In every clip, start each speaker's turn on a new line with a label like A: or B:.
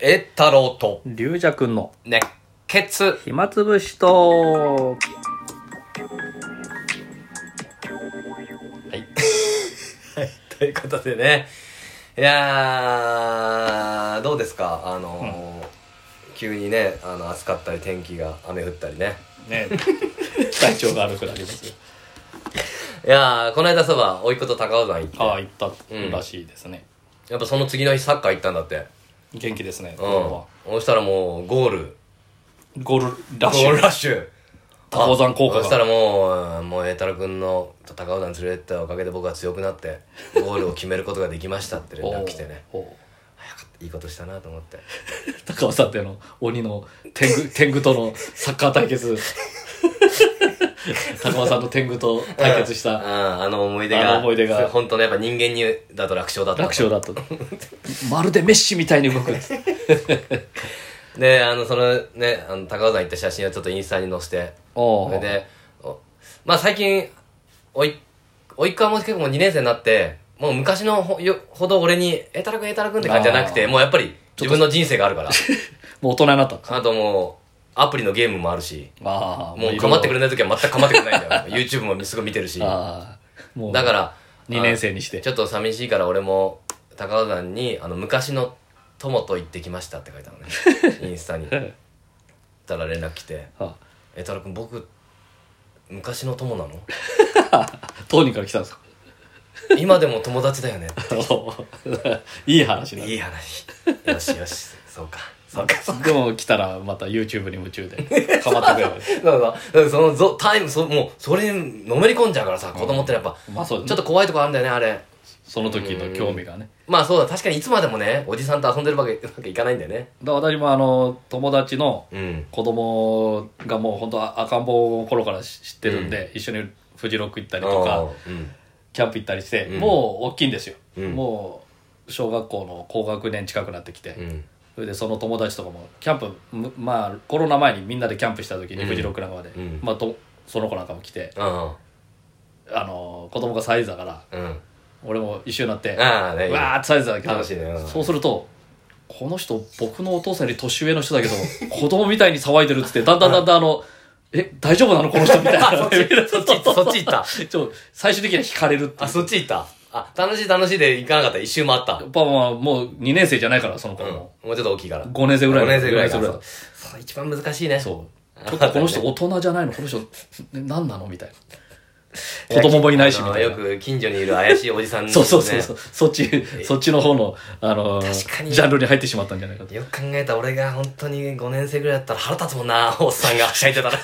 A: 栄太郎と
B: 龍蛇くんの
A: 熱血
B: 暇つぶしと、
A: はいはいということでねいやーどうですかあのー急にねあの暑かったり天気が雨降ったりね
B: ね、 体調が悪くなり ますよ。
A: いやーこの間そうば甥っ子と高尾山行って
B: ああ、行ったらしいですね。
A: やっぱその次の日サッカー行ったんだって
B: 元気ですね、
A: うん
B: ゴ
A: そしたらもうゴール
B: ールゴールラッシ
A: ゴー
B: ュ
A: ル。ラッシュ
B: 高尾山効果
A: そした
B: が。
A: らもうもう栄太郎君の高尾山連れてったおかげで僕は強くなってゴールを決めることができましたって連
B: お
A: 絡
B: ー
A: 来てね
B: おー
A: いいことしたなと思って
B: 高尾さんってあの鬼の 天狗天狗とのサッカー対決高尾さんと天狗と対決し
A: うん
B: た
A: あの思い出が
B: あの思い出が
A: 本当ねやっぱ人間にだと楽勝だった
B: 楽勝だったまるでメッシみたいに 動く
A: であのそのねあの高尾山行った写真をちょっとインスタに載せて
B: お
A: それ
B: お
A: でおまあ最近おいおいっ子はもう結構もう2年生になってもう昔のほよほど俺に「えたらくんえたらくん」って感じじゃなくて
B: あー
A: もうやっぱり自分の人生があ るから
B: もう大人になったのか
A: あともうアプリのゲームもあるし
B: ああ
A: もう構ってく
B: れ
A: れない時は全く構ってくれないんだよ YouTube もすぐ見てるしだ
B: ああもう
A: から
B: 2年生にして
A: あちょっと寂しいから俺も高尾山にあの昔の友と行ってきましたって書いたの ねインスタにそしたら連絡来て
B: あ
A: 「えたらくん僕昔の友なの
B: 当人から来たんですか
A: 今でも友達だよね」
B: おーいい話 だ
A: いい話よしよしそうかそうか
B: でも来たらまた YouTube に夢中で構ってくれる
A: そうそうそのぞタイムそもうそれにのめり込んじゃうからさ子供ってやっぱ、
B: まあそう
A: ちょ
B: だ
A: っと
B: ね
A: 怖いとこあるんだよねあれ
B: その時の興味がね
A: まあそうだ確かにいつまでもねおじさんと遊んでるわけわけいかないんだよね
B: だから私もあの友達の
A: うん
B: 子供がもう本当赤ん坊の頃から知ってるんで、一緒にフジロック行ったりと
A: あ
B: か
A: ーうん
B: キャンプ行ったりして、
A: うん
B: もう大きいんですよ、
A: うん
B: もう小学校の高学年近くなってきて、
A: うん
B: それでその友達とかもキャンプむまあコロナ前にみんなでキャンプした時に
A: うん
B: フジロック仲間で、
A: うん
B: まあ、とその子なんかも来て
A: あ
B: あの子供がサイズだから
A: あうん
B: 俺も一緒になってわ
A: ああね
B: ーってサイズだけど
A: 楽しいねうん
B: そうするとこの人僕のお父さんより年上の人だけど 子供みたいに騒いでるっつってだんだんだんだんあのえ大丈夫なのこの人みたい な
A: そっちそっちそっち行った
B: ちょ最終的には惹かれるって
A: あ
B: いう
A: そっち行ったあ楽しい楽しいで行かなかった一周回った
B: やっぱまあもう2年生じゃないからその子
A: うんも
B: も、
A: うちょっと大きいから
B: 5年生ぐらい
A: 5年生ぐらいか
B: 五
A: そうそう一番難しいね
B: そうちょっとこの人大人じゃないのこの人ね何なのみたいな子供もいないしみたい
A: あ
B: な
A: のよく近所にいる怪しいおじさん、ね、
B: そうそうそうそう、そっちそっちの方のあの
A: 確かに
B: ジャンルに入ってしまったんじゃないかと
A: よく考えたら俺が本当に5年生ぐらいだったら腹立つもんなおっさん がはしゃいでたら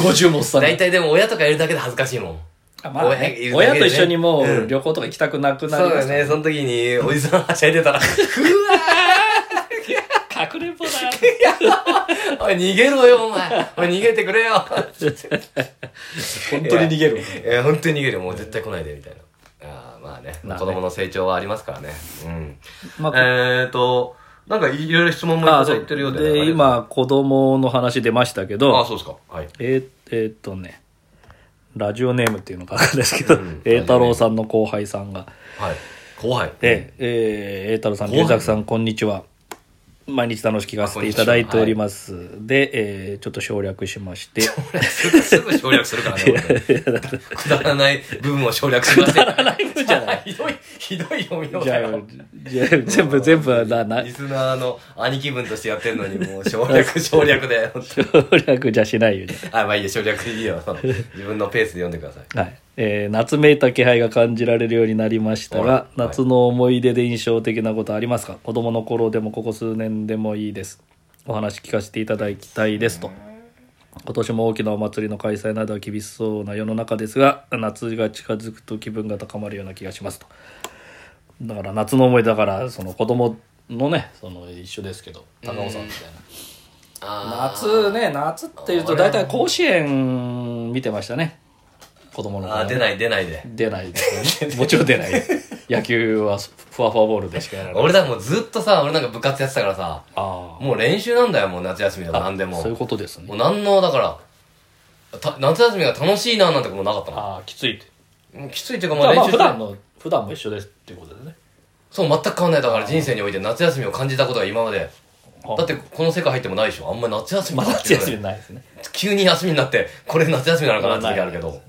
B: 50もおっさんに
A: 大体でも親とかいるだけで恥ずかしいもん
B: あまあね
A: 親
B: 親と一緒にも
A: う
B: うん旅行とか行きたくなくな
A: そ
B: り
A: うだ
B: ま
A: よ
B: す
A: ねその時におじさんはしゃいでたら
B: 隠れんぼだ
A: おい逃げろよお前おい逃げてくれ よ
B: 本当に逃げる
A: え本当に逃げるよもう絶対来ないでみたいなあーまあね
B: まあね
A: 子供の成長はありますからねうん
B: まあ
A: えーとなんかいろいろ質問もい
B: あ
A: た
B: あそ
A: だ
B: う
A: いてるようで
B: で今子供の話出ましたけど
A: ああそうですかはい
B: えーえーっとね、ラジオネームっていうのがあるんですけど
A: うん、
B: 栄、太郎さんの後輩さんが、
A: はい後輩
B: で、えー栄太郎さん、
A: 後輩
B: 龍作さん、こんにちは。毎日楽しく聞かせていただいております。で、えーちょっと 省略しまして、
A: すぐ省略するからね。俺くだらない部分を省略しません。 くだらない部分
B: じゃない
A: ひどい、ひどい読みよう
B: じゃ
A: だ
B: あ
A: よ。、
B: じゃあ全部、全部はな、 な
A: リ、スナーの兄貴分としてやってんのに、もう省略、省略で。本当に
B: 省略じゃしないよね。
A: あ、まあいいよ、省略いいよ。自分のペースで読んでください。
B: はいえー夏めいた気配が感じられるようになりましたが、
A: はい
B: 夏の思い出で印象的なことありますか子供の頃でもここ数年でもいいですお話聞かせていただきたいですと今年も大きなお祭りの開催などは厳しそうな世の中ですが夏が近づくと気分が高まるような気がしますとだから夏の思い出だからその子供のねその一緒ですけど高尾さんみたいな
A: あ
B: 夏ね夏っていうと大体甲子園見てましたね子供の
A: ーあ
B: 頃
A: ー、出ない、出ないで。
B: 出ないですねもちろん出ない野球はふわふわボールでしかやらない
A: 俺だ、もうずっとさ、俺なんか部活やってたからさ、
B: あ
A: もう練習なんだよ、もう夏休みでも
B: あ
A: 何でも。
B: そういうことです
A: も
B: ね
A: う何の、だから、た夏休みが楽しいななんてこともなかった
B: ああきついって
A: の。もうきついっていうか、
B: ま
A: ま
B: あ
A: あ練習
B: 普
A: する
B: 段の普段も一緒ですっていうことですね
A: そう全く変わんないだから人生において夏休みを感じたことが今まで
B: あ
A: だってこの世界入ってもないでしょあんまり夏休み
B: まあ
A: だって
B: 夏
A: いうの
B: 休みないですね
A: 急に休みになってこれ夏休みなのかなって時あるけど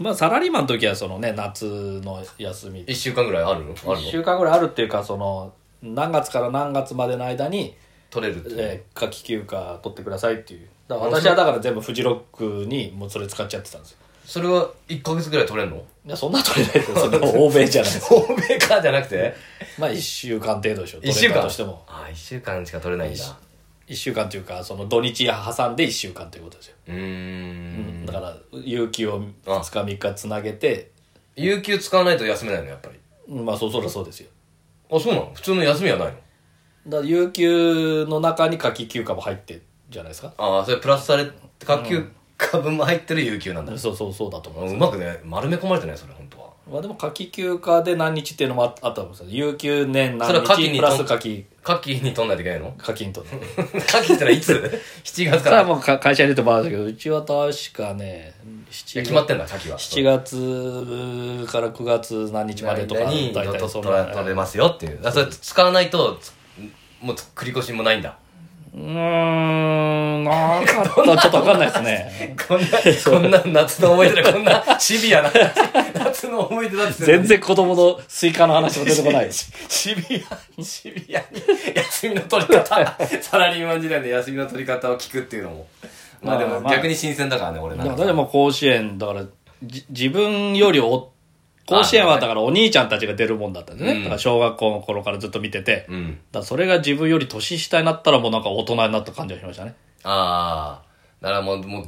B: まあサラリーマンの時はそのね夏の休み
A: 1週間ぐらいあるあ
B: 1
A: るの
B: 週間ぐらいあるっていうかその何月から何月までの間に、
A: 取れるって
B: えー夏季休暇取ってくださいっていうだから私はだから全部フジロックにもうそれ使っちゃってたんですよ
A: それは1ヶ月ぐらい取れんの
B: いやそんな取れないですよそれ欧米じゃないです
A: 欧米かじゃなくて
B: まあ1週間程度でしょ
A: 1週
B: 取れ
A: 間
B: たとしても
A: あ1週間しか取れないんだ
B: 1週間というかその土日挟んで1週間ということですよ、
A: うーん
B: だから有給を2日3日つなげて
A: 有給使わないと休めないのやっぱり
B: まあそうそりゃそうですよ
A: あそうなの普通の休みはないの
B: だから有給の中に夏季休暇も入ってるじゃないですか
A: ああそれプラスされ学級株も入ってる有給なんだ、
B: そうそうそうだと思います
A: うまくね丸め込まれてないそれ本当は
B: まあでも夏季休暇で何日っていうのもああったと思うんですよ有給年
A: それは
B: 何
A: 夏季
B: 日
A: に
B: プラス夏季
A: 夏季に取んないといけない の
B: 課金とね
A: 夏季ってのはいつ 7月か
B: それは
A: らい
B: もうか会社に言うとバーだけどうちは確かね
A: や
B: 7
A: 決ま
B: 月
A: ってんだ夏季は
B: 7月から9月何日までとか
A: 何々のと
B: そんな
A: 取れますよっていうあそれ使わないとつもう繰り越しもないんだ
B: うーんなかったちょっと分かんないで すね
A: こんなこんな夏の思い出でこんなシビアな夏の思い出だって
B: 全然子供のスイカの話も出てこない
A: シシビア、シビアに休みの取り 方、サラリーマン時代の休みの取り方を聞くっていうのも。まあで
B: ま
A: も
B: あまあ
A: 逆に新鮮だからね、俺
B: で
A: なん
B: も
A: か。
B: だってもう甲子園だからじ自分よりお甲子園はだからお兄ちゃんたちが出るもんだったんですね、
A: うん
B: だから小学校の頃からずっと見てて、だか
A: うん。
B: らそれが自分より年下になったらもうなんか大人になった感じがしましたね
A: ああ。だからもう、も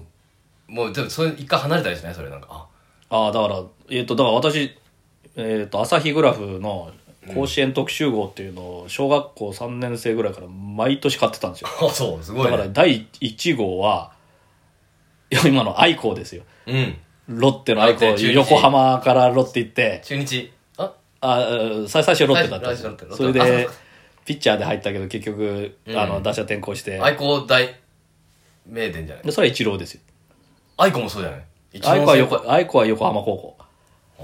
A: う、もう、でもそれ一回離れたりしないそれなんか。あ、
B: ああだからえっ、とだから私えっ、と朝日グラフの甲子園特集号っていうのを小学校3年生ぐらいから毎年買ってたんですよ
A: あそう、すご
B: だ
A: い
B: から
A: ね。
B: 第1号はいや今の愛好ですよ
A: うん。
B: ロッテの愛好
A: ロッテ中日
B: 横浜からロッテ行って
A: 中日。あ
B: あうん最最初ロッテだったんです
A: 最
B: よ
A: 初ロッテロッテあ
B: それ
A: そう
B: で
A: か
B: ピッチャーで入ったけど結局、
A: うん
B: あの打者転向して
A: 愛好大名電じゃない
B: でそれは一郎ですよ
A: 愛好もそうじゃない一
B: 愛
A: 郎
B: 子は
A: 先輩
B: 横愛子は横浜高校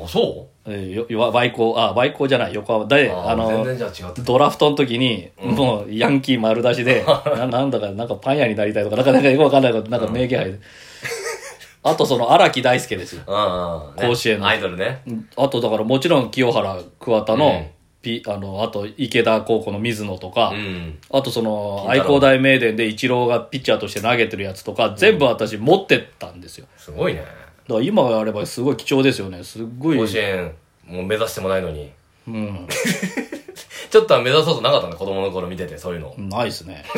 A: あ、そ
B: えーよよバイコあバイコじゃない横浜
A: う
B: であ
A: あ
B: の
A: 全然じゃあ違った。
B: ドラフトの時に、もうヤンキー丸出し でななんだかなんかパン屋になりたいとかなんかなんかよくわかんないことなんか名言入る、あとその荒木大輔ですよ
A: うんうんね。
B: 甲子園の
A: アイドルね。
B: あとだからもちろん清原桑田の、
A: うん
B: ピあのあと池田高校の水野とか、
A: うん。
B: あとその
A: 金太
B: 愛
A: 郎
B: 工大名電でイチローがピッチャーとして投げてるやつとか全部私持ってったんですよ
A: すごいね。
B: だから今があればすごい貴重ですよねすっごい
A: 甲子園、もう目指してもないのに。
B: うん
A: ちょっとは目指そうとなかったんだ、子供の頃見てて、そういうの。
B: ないですね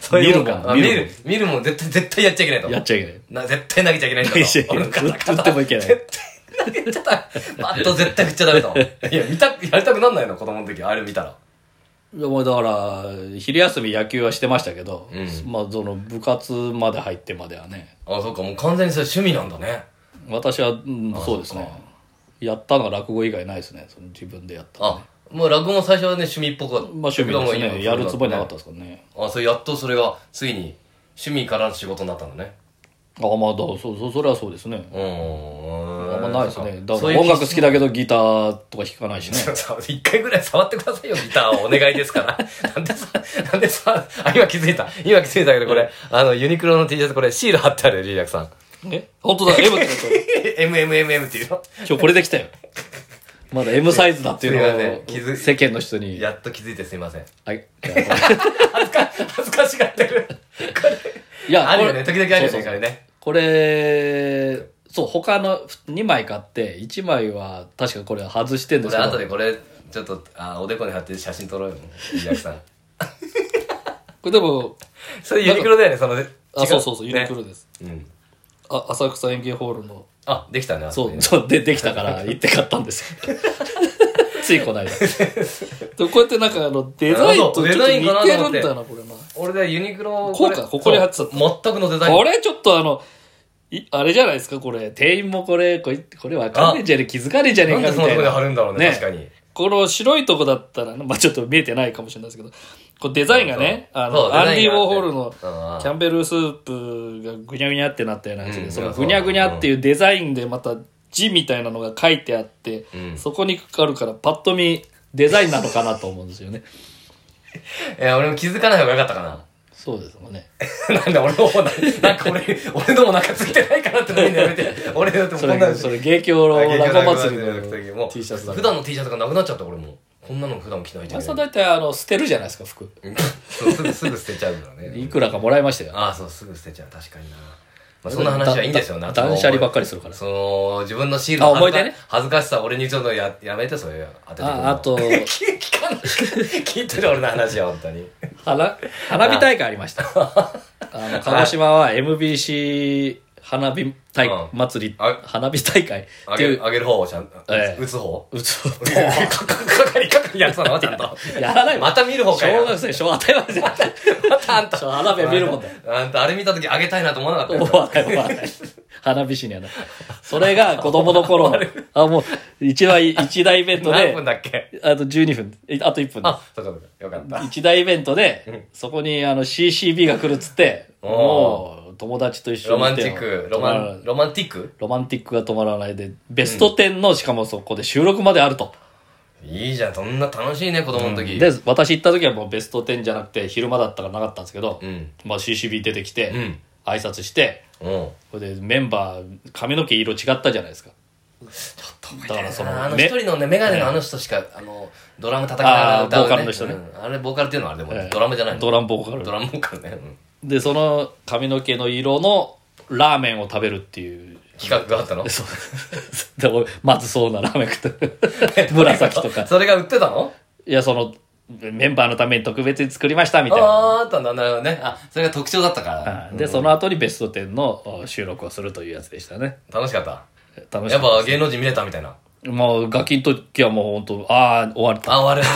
A: そういうのか
B: 見るもん
A: あ
B: 見
A: 見
B: る
A: る
B: もん
A: 見るもん、絶対、絶対やっちゃいけないと。
B: やっちゃいけない
A: な絶対投げちゃいけないんだと。
B: やっちゃいけな い
A: 俺の肩
B: 打ってもいけない
A: 絶対投げちゃダメ。バット絶対振っちゃダメと。 いや、見た、やりたくなんないの、子供の時。あれ見たら。
B: いやもうだから昼休み野球はしてましたけど、
A: うん
B: まあその部活まで入ってまではね
A: あ、そっか、もう完全にそれ趣味なんだね。
B: 私は、うんそうです
A: そっ
B: ね
A: か
B: やったのは落語以外ないですねその自分でやったのね
A: あ、もう落語も最初はね、趣味っぽくは。
B: まあ趣味です
A: でも今
B: ねやるつもりなかった
A: ね
B: ですからね
A: あ、それやっとそれが、ついに、趣味からの仕事になったんだね。
B: あまあだそうそうそれはそうですね
A: うーん。
B: あんまないですね。だか
A: そう
B: ら
A: いう
B: 音楽好きだけどギターとか弾かないしね。
A: 一回ぐらい触ってくださいよ、ギターを。お願いですから。 なんでさ、なんでさ、あ、今気づいた。今気づいたけど、これ、あの、ユニクロの T シャツ、これ、シール貼ってあるよ、リーダクさん。
B: え本当だ、M って書いて
A: MMMM っていうの。
B: ある今日これできたよ。まだ M サイズだってい
A: すいません気
B: うのを
A: づ
B: 世間の人に。
A: やっと気づいてすいません。
B: はい
A: 恥ずか、恥ずかしがってる。こ
B: い
A: れ。
B: や
A: あるよね、
B: こ
A: 時
B: れ
A: 々あるよ
B: そう
A: ね、
B: そ
A: これ
B: う
A: ね。
B: これ、そう、他の2枚買って、1枚は確かこれ外してんです
A: 俺、
B: け
A: 後
B: ど
A: で、これ、ちょっと、あ、おでこに貼って写真撮ろうよ、リーダク さん。
B: これでも、
A: それユニクロだよね、その、
B: あ、そうそうそう、
A: 違
B: ユニクロ。です。
A: ねうん。
B: あ、浅草園芸ホールの、
A: あ、できたね、あそ
B: そ
A: こね
B: う、そう、で、でき たから行って買ったんですよ。ついこの間。でもこうやってなんかあの、デザインとちょ
A: あそ
B: っと
A: う
B: 似
A: デザインかな
B: て
A: と
B: る
A: 思
B: ん
A: って
B: だな、これな。
A: 俺でユニクロ
B: こうかここに貼ってた
A: そう全くのデザイン
B: これちょっとあの、いあれじゃないですか、これ。店員もこれ、これ、これわかんねえんじゃねえ、気づかねえじゃね
A: な
B: え
A: ん
B: か
A: で
B: み
A: そんな
B: た
A: と
B: い
A: こで貼
B: な。
A: るんだろうね
B: ね
A: 確かに
B: この白いとこだったら、まあちょっと見えてないかもしれないですけど、こうデザインがね、
A: そう
B: あ
A: そう
B: の、アンデ
A: デザイ
B: ィ・
A: ンが
B: ウ
A: あっ
B: ォー
A: て
B: ホールの
A: うんうん
B: キャンベルスープがぐにゃぐにゃってなったようなやつ
A: う
B: で、
A: ん
B: その
A: そうそう
B: ぐにゃぐにゃっていうデザインでまた字みたいなのが書いてあって、
A: うん
B: そこにあるからパッと見デザインなのかなと思うんですよね
A: いや、俺も気づかない方がよかったかな。
B: そうですもんね
A: なんで俺の方な、なんか俺、 俺のお腹ついてないからって思うんだやめて。俺だって
B: そ
A: こんな
B: れ
A: の
B: それ芸協の中祭りの T シャツだ
A: 普
B: から
A: 段の T シャツがなくなっちゃった俺も。こんなの普段着ないとい
B: 皆
A: け
B: さん
A: ない。
B: 大体あの捨てるじゃないですか服
A: うんそうすぐすぐ捨てちゃうからね。
B: いくらかもらいましたよ
A: ああ、そう、すぐ捨てちゃう。確かにな。まあ、そんな話はいいんですよ、
B: だ
A: な
B: だ断捨離ばっかりするから
A: その、自分のシールの
B: あ思い
A: 恥ずか
B: 出ね
A: 恥ずかしさ、俺にちょっとややめて、それ当ててくるの
B: ああ と
A: 聞 聞かない。聞いてる俺の話は、本当に。
B: 花花火大会ありました あの鹿児島は MBC 花火大
A: うん
B: 祭り
A: あ
B: 花火大会っ
A: あ
B: て
A: げ
B: い
A: る
B: う、
A: あげる方をちゃん、
B: ええ
A: 打つ方
B: うつ
A: かかかかりかかりやつな のちゃんと。
B: やらないわ
A: また見る方か
B: 小
A: よ。
B: 学生小当たり前ですよ
A: またあんた。
B: そう花火見るもんだよ
A: あんた、あれ見た時あげたいなと思わなか
B: 思
A: った
B: わない思わない花火師にはないそれが子供の頃のあもう 一大一大イベント
A: 何
B: で
A: 分だっけ
B: あと12分えあと1分です
A: あ、そうかそうか。よかった。
B: 一大イベントで、そこにあの CCB が来るっつって、
A: おー
B: もう友達と一緒に
A: ロマ
B: 行っ
A: ン
B: て
A: チ
B: よ
A: ック、ロマ
B: 止まら
A: ン、ロマンティック
B: ロマンティックが止まらないで、ベスト10の、しかもそこで収録まであると。
A: いいじゃん、そんな楽しいね、子供の時。
B: で、私行った時はもうベスト10じゃなくて、昼間だったからなかったんですけど、
A: うん。
B: まあ CCB 出てきて、
A: うん
B: 挨拶して、
A: うん。
B: これでメンバー、髪の毛色違ったじゃないですか。だからその、
A: あの
B: め
A: 一人のね、メガネのあの人しか、あの、ドラム叩かない
B: あー
A: 歌うね
B: ボーカルの人ね
A: うんあれ、ボーカルっていうのはあれで
B: え
A: も
B: え、
A: ドラムじゃないの
B: ドラムボーカル
A: ドラムボーカルね。うん
B: で、その髪の毛の色のラーメンを食べるっていう
A: 企画があ ったの
B: そう。 で俺まずそうなラーメン 食って。紫とか。
A: それが売ってたの
B: いや、その、メンバーのために特別に作りました、みたいな。
A: ああー、あったんだ、なるほどね。あ、それが特徴だったから
B: は。いで、その後にベスト10のお収録をするというやつでしたね。
A: 楽しかった。
B: 楽し
A: やっ
B: かっ
A: ぱ芸能人見れたみたいな。
B: た。もう、ガキの時はもう本当ああ、終わった。
A: あ、終わる。